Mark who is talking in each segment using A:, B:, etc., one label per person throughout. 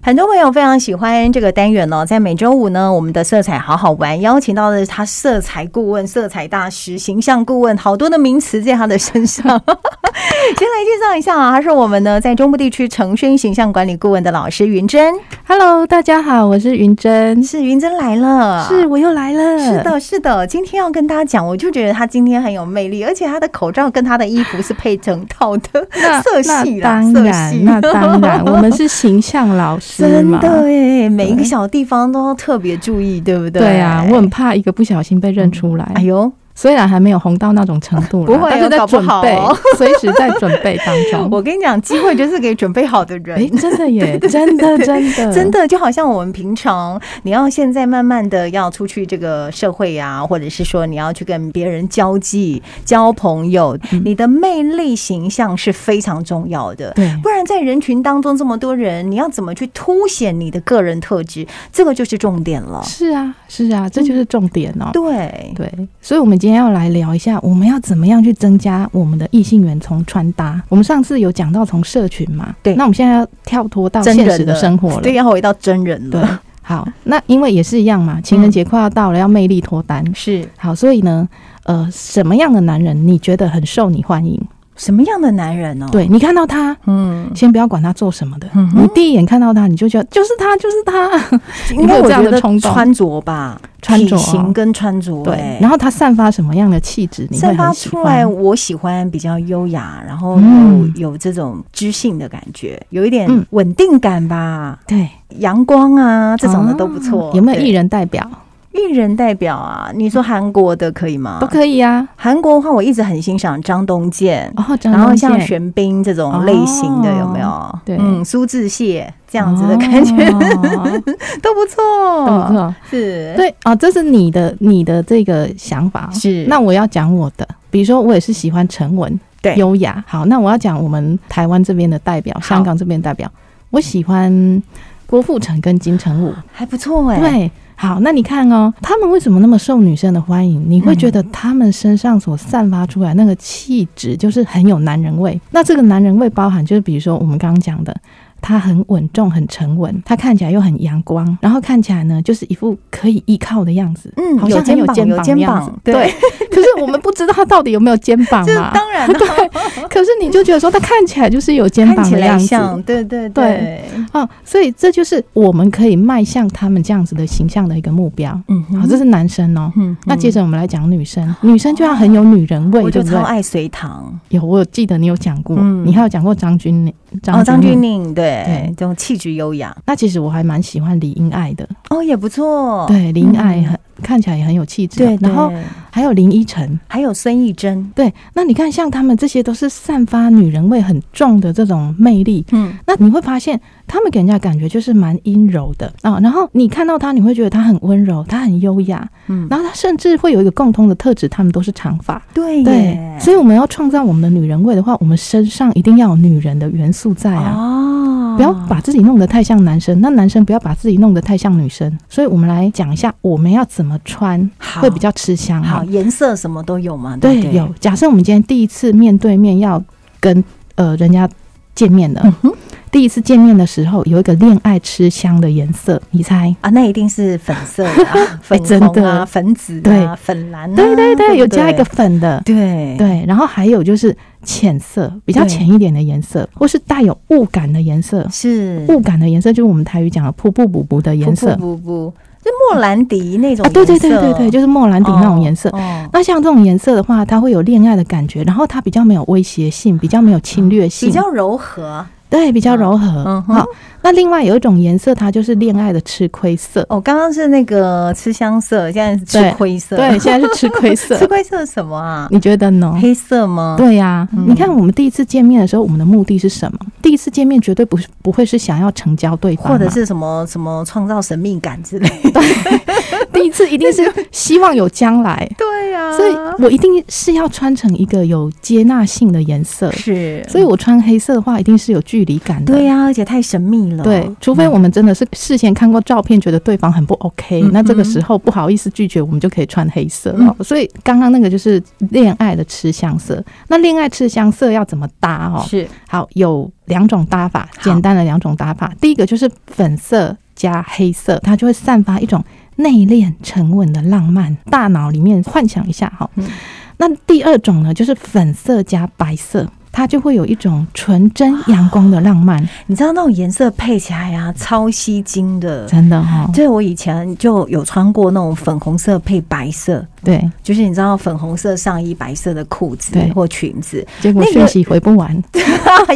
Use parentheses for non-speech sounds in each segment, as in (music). A: 很多朋友非常喜欢这个单元哦，在每周五呢，我们的色彩好好玩，邀请到的是他色彩顾问、色彩大师、形象顾问，好多的名词在他的身上。 (laughs) 先来介绍一下啊，他是我们呢在中部地区成轩形象管理顾问的老师云珍，
B: Hello，大家好，我是云珍，
A: 是云珍来了，
B: 是我又来了，
A: 啊是，的，是的，今天要跟大家讲，我就觉得他今天很有魅力，而且他的口罩跟他的衣服是配整套的
B: (laughs) 那
A: 色系
B: 那
A: 啦，
B: 当
A: 色
B: 然，
A: 系，
B: 那当
A: (laughs)
B: 然，我们是形象老师
A: 真
B: 嘛，
A: 的耶，每一个小地方都要特别注意，对不对？
B: 对啊，我很怕一个不小心被认出来，
A: 哎呦，
B: 虽然还没有红到那种程度
A: (laughs)
B: 啦，
A: 不会哦
B: 但是在
A: 搞不
B: 准
A: 好
B: 备
A: (laughs) 哦，
B: 随时在准备当中。
A: (laughs) 我跟你讲，机会就是给准备好的人。
B: 哎，嗯真
A: (laughs)
B: 的耶，真的，真的，
A: 真。的就好像我们平常，你要现在慢慢的要出去这个社会啊，或者是说你要去跟别人交际、交朋友，
B: 嗯
A: 你的魅力形象是非常重要的。
B: 对
A: 不然在人群当中这么多人，你要怎么去凸显你的个人特质？这个就是重点了。
B: 是啊，是啊，这就是重点哦。
A: 对，
B: 对，所以，我们今天要来聊一下，我们要怎么样去增加我们的异性缘，从穿搭。我们上次有讲到从社群嘛，
A: 对
B: 那我们现在要跳脱到
A: 真
B: 现
A: 人
B: 实的
A: 了
B: 生活了，
A: 对，要回到真人
B: 对
A: 了。，
B: 好，那因为也是一样嘛，情人节快要到了，要魅力脱单。
A: 嗯是
B: 好，所以呢，呃，什么样的男人你觉得很受你欢迎？
A: 什么样的男人呢、，哦
B: 对你看到他，
A: 嗯，
B: 先不要管他做什么的，
A: 嗯哼
B: 你第一眼看到他，你就觉得就是他，就是他，
A: 应该
B: 有
A: 我
B: 这样
A: 觉
B: 的
A: 得
B: 冲动
A: 穿着吧，
B: 穿着
A: 体型
B: 哦
A: 跟穿着、
B: 对
A: 哎。
B: 然后他散发什么样的气质，你会
A: 散发
B: 很喜
A: 出来，
B: 欢。
A: 我喜欢比较优雅，然后有、
B: 嗯
A: 有这种知性的感觉，有一点
B: 嗯
A: 稳定感吧，
B: 对，
A: 阳光啊这种的
B: 哦
A: 都不错。
B: 有没有
A: 对啊
B: 艺人代表
A: 艺人代表啊？你说韩国的可以吗？
B: 都可以啊？
A: 韩国的话，我一直很欣赏张东健。
B: 哦，张
A: 然后
B: 东
A: 像
B: 健
A: 玄彬这种类型的
B: 哦
A: 有没有？
B: 对
A: 嗯，苏志燮这样子的感觉、 (laughs)
B: 哦
A: 都不错，
B: 都不错。
A: 是，
B: 对哦，这是你的你的这个想法哦
A: 是
B: 那我要讲我的，比如说我也是喜欢沉稳、
A: 对
B: 优雅。好，那我要讲我们台湾这边的代表，
A: 好
B: 香港这边的代表，我喜欢郭富城跟金城武。
A: 还不错哎、
B: 对，好，那你看哦，他们为什么那么受女生的欢迎？你会觉
A: 嗯
B: 得他们身上所散发出来那个气质，就是很有男人味。那这个男人味包含就是，比如说我们刚刚讲的。他很稳重，很沉稳，他看起来又很阳光，然后看起来呢，就是一副可以依靠的样子，
A: 嗯
B: 好像很
A: 有肩膀
B: 肩膀的样
A: 有肩
B: 子
A: 膀，对
B: 对。可是我们不知道他到底有没有肩
A: (laughs)
B: 膀
A: 这
B: 嘛？
A: 当
B: (laughs)
A: 然了，
B: 可是你就觉得说他看起来就是有肩
A: 看
B: 膀
A: 起
B: 的
A: 来
B: 样子，
A: 像，对对
B: 对哦，所以这就是我们可以迈向他们这样子的形象的一个目标。
A: 嗯
B: 好，这
A: 哼，
B: 是男生哦。
A: 嗯
B: 那接
A: 着
B: 着我们来讲女生，女生就要很有女人味，
A: 我就
B: 对不对
A: 超？爱隋唐，
B: 有，我有记得你有讲过，
A: 嗯
B: 你还有讲过张钧甯，
A: 哦，张钧
B: 甯。
A: 甯，对
B: 对，
A: 这种气质优雅，
B: 那其实我还蛮喜欢李英爱的，
A: 哦，也不错，
B: 对，林爱
A: 嗯
B: 很、看起来也很有气质。
A: 对，
B: 然后
A: 对
B: 还有林依晨，
A: 还有孙艺珍，
B: 对。那你看，像他们这些都是散发女人味很重的这种魅力，
A: 嗯，
B: 那你会发现，他们给人家感觉就是蛮阴柔的啊、然后你看到他，你会觉得他很温柔，他很优雅，
A: 嗯
B: 然后他甚至会有一个共通的特质，他们都是长发。
A: 对
B: 对，
A: 耶
B: 所以我们要创造我们的女人味的话，我们身上一定要有女人的元素在啊。
A: 哦，
B: 不要把自己弄得太像男生，那男生不要把自己弄得太像女生。所以，我们来讲一下我们要怎么穿
A: 好
B: 会比较吃香
A: 好，
B: 哈。
A: 颜色什么都有嘛，
B: 对
A: 不，对，
B: 有。假设我们今天第一次面对面要跟呃人家见面了，
A: 嗯哼，
B: 第一次见面的时候有一个恋爱吃香的颜色，你猜？
A: 啊，那一定是粉色的
B: (laughs)
A: 啊，粉
B: 哎真
A: 红啊，
B: 的
A: 粉紫啊，
B: 对
A: 粉蓝啊，
B: 对对
A: 不
B: 对，有加一个粉的。
A: 对
B: 对，然后还有就是浅色，比较
A: 对
B: 浅一点的颜色，或是带有雾感的颜色。
A: 是
B: 雾感的颜色就是我们台语讲的“瀑布补补”的颜色
A: 不不不，就莫兰迪那种
B: 啊，对对
A: 颜色
B: 对对对，就是莫兰迪那种颜色。
A: 哦，
B: 那像这种颜色的话，它会有恋爱的感觉，然后它比较没有威胁性，比较没有侵略性，
A: 比较柔和
B: 对比较柔和。
A: 哦嗯哼
B: 好，那另外有一种颜色，它就是恋爱的吃亏色。
A: 哦。刚刚是那个吃香色，现在是吃
B: 对
A: 亏色，
B: 对，，现在是吃亏
A: 吃 (laughs)
B: 色，
A: 亏色是什么啊？
B: 你觉得呢？
A: 黑色吗？，
B: 对呀、
A: 嗯
B: 你看我们第一次见面的时候，我们的目的是什么？第一次见面绝对不是不会是想要成交对方
A: 或
B: 嘛，
A: 者
B: (laughs)
A: 是什么什么创造神秘感之类的。。
B: 第一次一定是希望有将来
A: 对啊，
B: 所以我一定是要穿成一个有接纳性的颜色。
A: 是，
B: 所以我穿黑色的话，一定是有距离感的。
A: 对呀、而且太神秘了。
B: 对，除非我们真的是事先看过照片，觉得对方很不 OK，、
A: 嗯
B: 那这个时候不好意思拒绝，我们就可以穿黑色、
A: 嗯
B: 哦。所以刚刚那个就是恋爱的吃香色，那恋爱吃香色要怎么搭哦？
A: 是
B: 好，有两种搭法，
A: 好
B: 简单的两种搭法。第一个就是粉色加黑色，它就会散发一种内敛沉稳的浪漫，大脑里面幻想一下哈。
A: 嗯
B: 那第二种呢，就是粉色加白色。它就会有一种纯真阳光的浪漫，
A: (laughs) 你知道那种颜色配起来啊，超吸睛的。
B: 真的哈、哦。
A: 对，我以前就有穿过那种粉红色配白色，
B: 对，
A: 就是你知道粉红色上衣、白色的裤子
B: 对
A: 或裙子， (laughs)
B: 结果
A: 那个
B: 讯息回不完。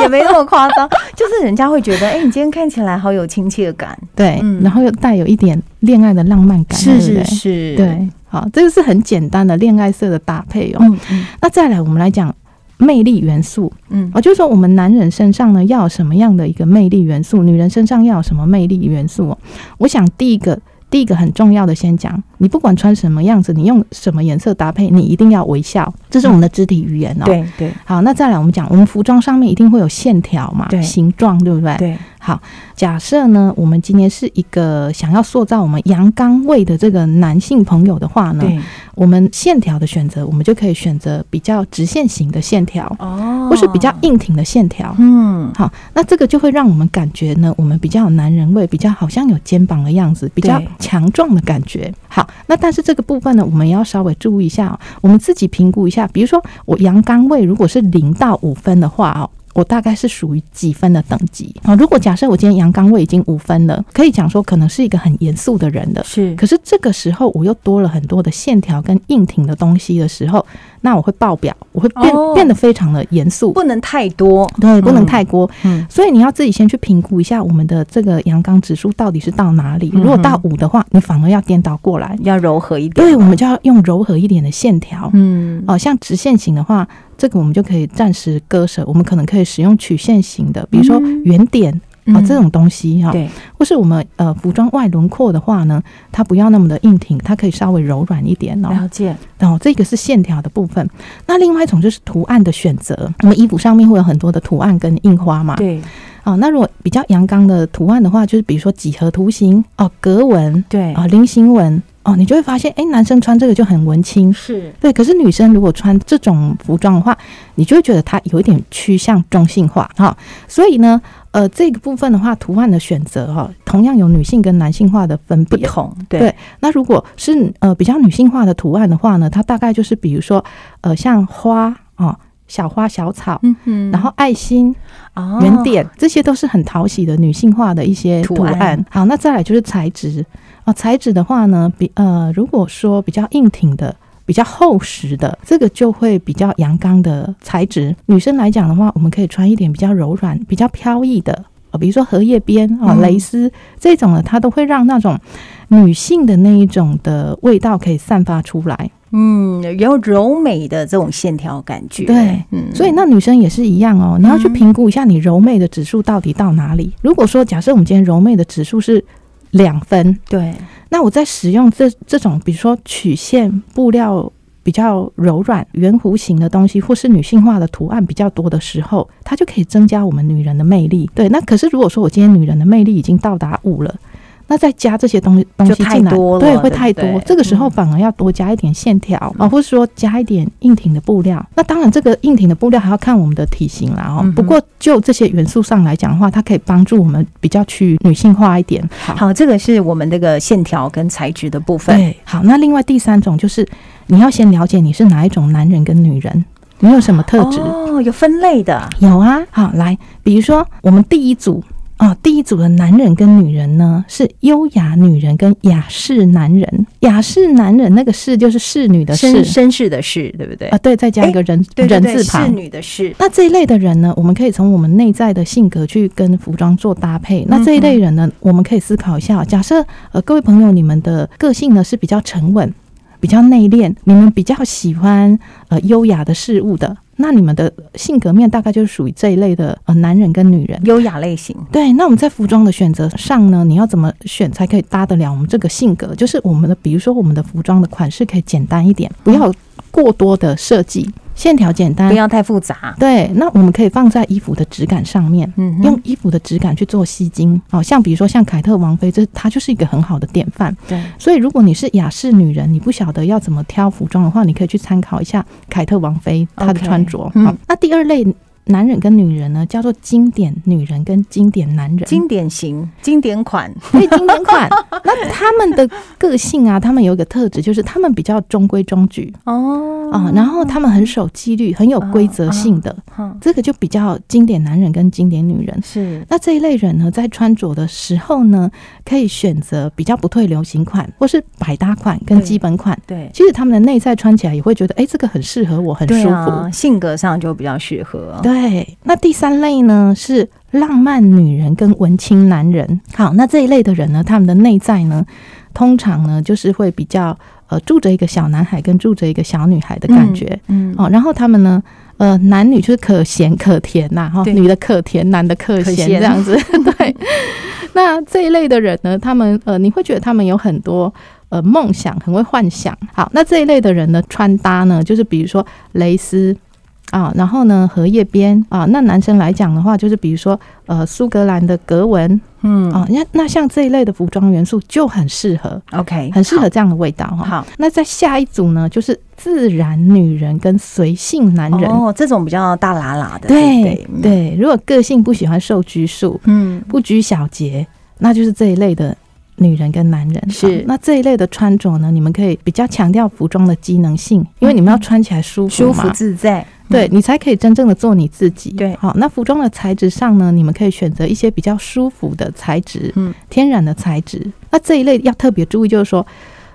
A: 也没那么夸
B: (laughs)
A: 张，就是人家会觉得，哎、你今天看起来好有亲切感，
B: 对，
A: 嗯
B: 然后又带有一点恋爱的浪漫感，对不对
A: 是
B: 对，好，这个是很简单的恋爱色的搭配哦。
A: 嗯嗯
B: 那再来，我们来讲魅力元素
A: 嗯，
B: 哦，就是说我们男人身上呢要有什么样的一个魅力元素，女人身上要有什么魅力元素、哦。我想第一个。第一个很重要的，先讲，你不管穿什么样子，你用什么颜色搭配，你一定要微笑，这是我们的肢体语言哦。，
A: 对对
B: 好，那再来我们讲，我们服装上面一定会有线条嘛
A: 对，
B: 形状，对不对？
A: 对，
B: 好，假设呢，我们今天是一个想要塑造我们阳刚味的这个男性朋友的话呢，
A: 对
B: 我们线条的选择，我们就可以选择比较直线型的线条，
A: 哦
B: 或是比较硬挺的线条。
A: 嗯
B: 好，那这个就会让我们感觉呢，我们比较有男人味，比较好像有肩膀的样子，比较
A: 对
B: 强壮的感觉。好，那但是这个部分呢，我们也要稍微注意一下、哦，我们自己评估一下。比如说，我阳刚味如果是零到五分的话哦。我大概是属于几分的等级啊、哦？如果假设我今天阳刚味已经五分了，可以讲说可能是一个很严肃的人的。
A: 是
B: 可是这个时候我又多了很多的线条跟硬挺的东西的时候，那我会爆表，我会变、
A: 哦嗯
B: 变得非常的严肃，
A: 不能太多，
B: 对，不能
A: 嗯
B: 太过。
A: 嗯
B: 所以你要自己先去评估一下我们的这个阳刚指数到底是到哪里。
A: 嗯哼
B: 如果到五的话，你反而要颠倒过来，
A: 要柔和一点，
B: 对，我们就要用柔和一点的线条。
A: 嗯
B: 哦，像直线型的话，这个我们就可以暂时割舍，我们可能可以使用曲线型的，比如说
A: 嗯
B: 圆点啊、哦、这种东西哈、
A: 对
B: 或是我们呃服装外轮廓的话呢，它不要那么的硬挺，它可以稍微柔软一点哦。
A: 了解，
B: 然后这个是线条的部分，那另外一种就是图案的选择。我们衣服上面会有很多的图案跟印花嘛，
A: 对
B: 哦，那如果比较阳刚的图案的话，就是比如说几何图形哦、格纹
A: 对
B: 哦、菱形纹哦，你就会发现，哎，男生穿这个就很文青。
A: 是
B: 对，可是女生如果穿这种服装的话，你就会觉得它有一点趋向中性化哈、所以呢，呃，这个部分的话，图案的选择哈、同样有女性跟男性化的分
A: 不
B: 别。
A: 同，对
B: 对那如果是呃比较女性化的图案的话呢，它大概就是比如说呃像花哦、小花小草，
A: 嗯哼
B: 然后爱心
A: 哦
B: 圆点，这些都是很讨喜的女性化的一些图案。
A: 图案
B: 好，那再来就是材质哦，材质的话呢，比呃，如果说比较硬挺的。比较厚实的，这个就会比较阳刚的材质。女生来讲的话，我们可以穿一点比较柔软、比较飘逸的，呃，比如说荷叶边哦、
A: 嗯
B: 蕾丝这种的，它都会让那种女性的那一种的味道可以散发出来。
A: 嗯，有柔美的这种线条感觉，
B: 对，
A: 嗯
B: 所以那女生也是一样哦，你要去
A: 嗯
B: 评估一下你柔媚的指数到底到哪里。如果说假设我们今天柔媚的指数是两分，
A: 对
B: 那我在使用这这种比如说曲线布料比较柔软、圆弧形的东西，或是女性化的图案比较多的时候，它就可以增加我们女人的魅力。对，那可是如果说我今天女人的魅力已经到达五了。那再加这些东西东西
A: 就太
B: 进来，
A: 多了
B: 对，会
A: 对不
B: 太多
A: 对。
B: 这个时候
A: 嗯
B: 反而要多加一点线条啊、
A: 嗯
B: 或是说加一点硬挺的布料。那当然，这个硬挺的布料还要看我们的体型啦哦。
A: 嗯哼
B: 不过就这些元素上来讲的话，它可以帮助我们比较去女性化一点。好
A: 好，这个是我们这个线条跟材质的部分。
B: 对，好，那另外第三种就是你要先了解你是哪一种男人跟女人，你有什么特质？
A: 哦，有分类的，
B: 有啊，好，来，比如说我们第一组哦，第一组的男人跟女人呢是优雅女人跟雅士男人，雅士男人那个士就是侍女的
A: 绅
B: 士
A: 绅士的士，对不对？
B: 啊，对，再加一个人、
A: 对对
B: 人
A: 对，
B: 字
A: 侍
B: 旁。
A: 女的侍，
B: 那这一类的人呢，我们可以从我们内在的性格去跟服装做搭配。那这一类人呢，我们可以思考一下哦，假设呃各位朋友你们的个性呢是比较沉稳、比较内敛，你们比较喜欢呃优雅的事物的，那你们的性格面大概就是属于这一类的呃男人跟女人。
A: 优雅类型。
B: 对，那我们在服装的选择上呢，你要怎么选才可以搭得了我们这个性格？就是我们的，比如说我们的服装的款式可以简单一点，不要过多的设计，线条简单
A: 不，要太复杂。
B: 对，那我们可以放在衣服的质感上面，
A: 嗯哼，
B: 用衣服的质感去做吸睛。哦，像比如说像凯特王妃，这她就是一个很好的典范。
A: 对，
B: 所以如果你是雅士女人，你不晓得要怎么挑服装的话，你可以去参考一下凯特王妃她的
A: OK，
B: 穿着。
A: 嗯
B: 好，那第二类男人跟女人呢，叫做经典女人跟经典男人。
A: 经典型、经典款，
B: 所以经典款，那他们的个性啊，他们有一个特质，就是他们比较中规中矩
A: 哦
B: 啊、然后他们很守纪律，很有规则性的，
A: 嗯
B: 这个就比较经典男人跟经典女人。
A: 是
B: 那这一类人呢，在穿着的时候呢，可以选择比较不退流行款，或是百搭款跟
A: 对
B: 基本款。
A: 对，
B: 其实他们的内在穿起来也会觉得，哎、这个很适合我，很
A: 对
B: 舒服。
A: 啊，性格上就比较适合。
B: 对，那第三类呢是浪漫女人跟文青男人。好，那这一类的人呢，他们的内在呢，通常呢就是会比较呃住着一个小男孩跟住着一个小女孩的感觉、
A: 嗯，
B: 哦。然后他们呢，呃，男女就是可咸可甜呐、哈、
A: 对
B: 女的可甜，男的可
A: 可
B: 咸
A: 咸
B: 这样子。对，那这一类的人呢，他们呃，你会觉得他们有很多。呃，梦想很会幻想。好，那这一类的人呢，穿搭呢，就是比如说蕾丝啊，然后呢，荷叶边啊。那男生来讲的话，就是比如说呃，苏格兰的格纹
A: 嗯
B: 啊，那那像这一类的服装元素就很适合，
A: ，OK，
B: 很适合这样的味道
A: 好。
B: 哈。
A: 好，
B: 那在下一组呢，就是自然女人跟随性男人。
A: 哦，这种比较大喇喇的，
B: 对
A: 不对，
B: 对，如果个性不喜欢受拘束，
A: 嗯，
B: 不拘小节，那就是这一类的女人跟男人。
A: 是
B: 好那这一类的穿着呢，你们可以比较强调服装的机能性，因为你们要穿起来舒服
A: 舒
B: 嘛，
A: 服自在，
B: 对你才可以真正的做你自己。
A: 对
B: 好，那服装的材质上呢，你们可以选择一些比较舒服的材质，
A: 嗯，
B: 天然的材质。那这一类要特别注意，就是说。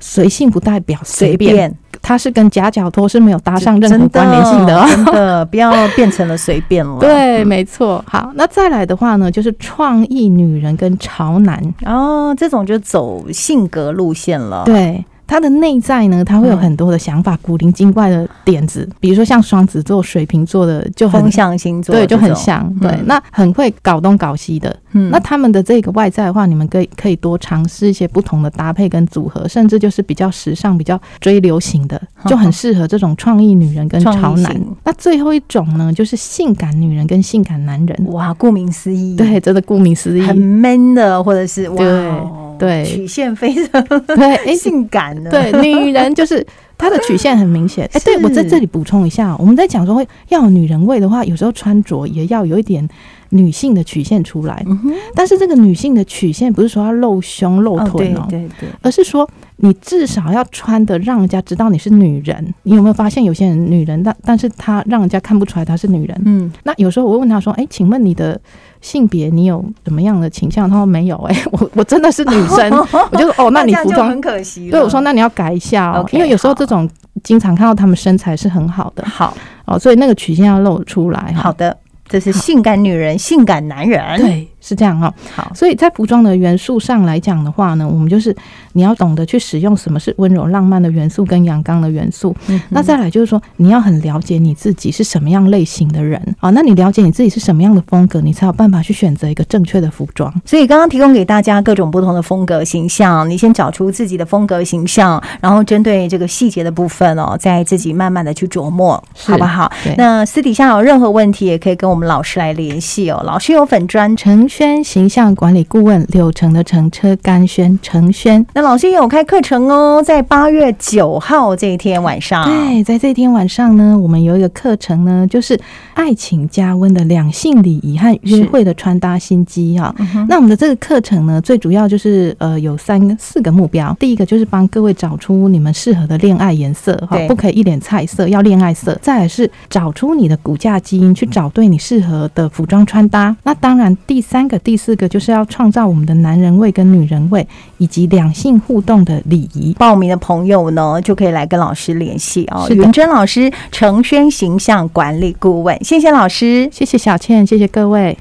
B: 随性不代表随
A: 随
B: 便，
A: 便，
B: 它是跟夹脚拖是没有搭上任何
A: 真
B: 关联性的哦。
A: 真的嗯不要变成了随便了。
B: (laughs) 对，没错。好，那再来的话呢，就是创意女人跟潮男。
A: 哦，这种就走性格路线了。，
B: 对，他的内在呢，他会有
A: 嗯
B: 很多的想法，古灵精怪的点子，比如说像双子座、水瓶座的就很
A: 风象星座
B: 对，
A: 这
B: 就很
A: 种。
B: 像，对，
A: 嗯
B: 那很会搞东搞西的。
A: 嗯
B: 那他们的这个外在的话，你们可以可以多尝试一些不同的搭配跟组合，甚至就是比较时尚、比较追流行的，就很适合这种创意女人跟
A: 创意
B: 潮男
A: 型。
B: 那最后一种呢，就是性感女人跟性感男人。
A: 哇，顾名思义，
B: 对，，真的顾名思义，
A: 嗯很 man 的，或者是哇
B: 对
A: 哦，
B: 对
A: 曲线非常
B: 对，哎、
A: 性感的，
B: 对，女人就是她的曲线很
A: (laughs)
B: 明显。哎、对
A: 是
B: 我在这里补充一下哦，我们在讲说会要有女人味的话，有时候穿着也要有一点女性的曲线出来。
A: 嗯哼，
B: 但是这个女性的曲线不是说要露胸露
A: 哦，对
B: 臀哦，
A: 对对，
B: 而是说你至少要穿的让人家知道你是女人。你有没有发现有些人女人，但但是她让人家看不出来她是女人？
A: 嗯，
B: 那有时候我会问她说：“哎、请问你的性别你有什么样的倾向？”她说：“没有、哎， (laughs) 我我真的是女
A: (laughs)
B: 生。我就哦，那你
A: 这样
B: 服
A: 就
B: 装
A: 很可惜了。
B: 对，我说那你要改一下哦
A: OK，
B: 因为有时候
A: 好
B: 这种经常看到他们身材是很好的
A: 好
B: 哦，所以那个曲线要露出来哈、
A: 好的，这是
B: 好
A: 性感女人、性感男人，，
B: 对，是这样哈、
A: 好，
B: 所以在服装的元素上来讲的话呢，我们就是你要懂得去使用什么是温柔浪漫的元素跟阳刚的元素。
A: 嗯
B: 那再来就是说，你要很了解你自己是什么样类型的人啊、哦。那你了解你自己是什么样的风格，你才有办法去选择一个正确的服装。
A: 所以刚刚提供给大家各种不同的风格形象，你先找出自己的风格形象，然后针对这个细节的部分哦，再自己慢慢的去琢磨，
B: 是
A: 好不好
B: 对？
A: 那私底下有任何问题也可以跟我们老师来联系哦，老师有粉专。
B: 程轩形象管理顾问柳橙的橙车甘轩程轩
A: 那老师也有开课程哦，在八月九号这一天晚上，
B: 对，在这一天晚上呢，我们有一个课程呢，就是爱情加温的两性礼仪和约会的穿搭心机哈、那我们的这个课程呢，最主要就是呃有三个四个目标，第一个就是帮各位找出你们适合的恋爱颜色哈
A: 对，
B: 不可以一脸菜色，要恋爱色。再来是找出你的骨架基因，去找对你适合的服装穿搭。那当然，第三个、第四个就是要创造我们的男人味跟女人味，以及两性互动的礼仪。
A: 报名的朋友呢，就可以来跟老师联系哦。
B: 是的
A: 云珍老师，程轩形象管理顾问，谢谢老师。
B: 谢谢小倩，谢谢各位。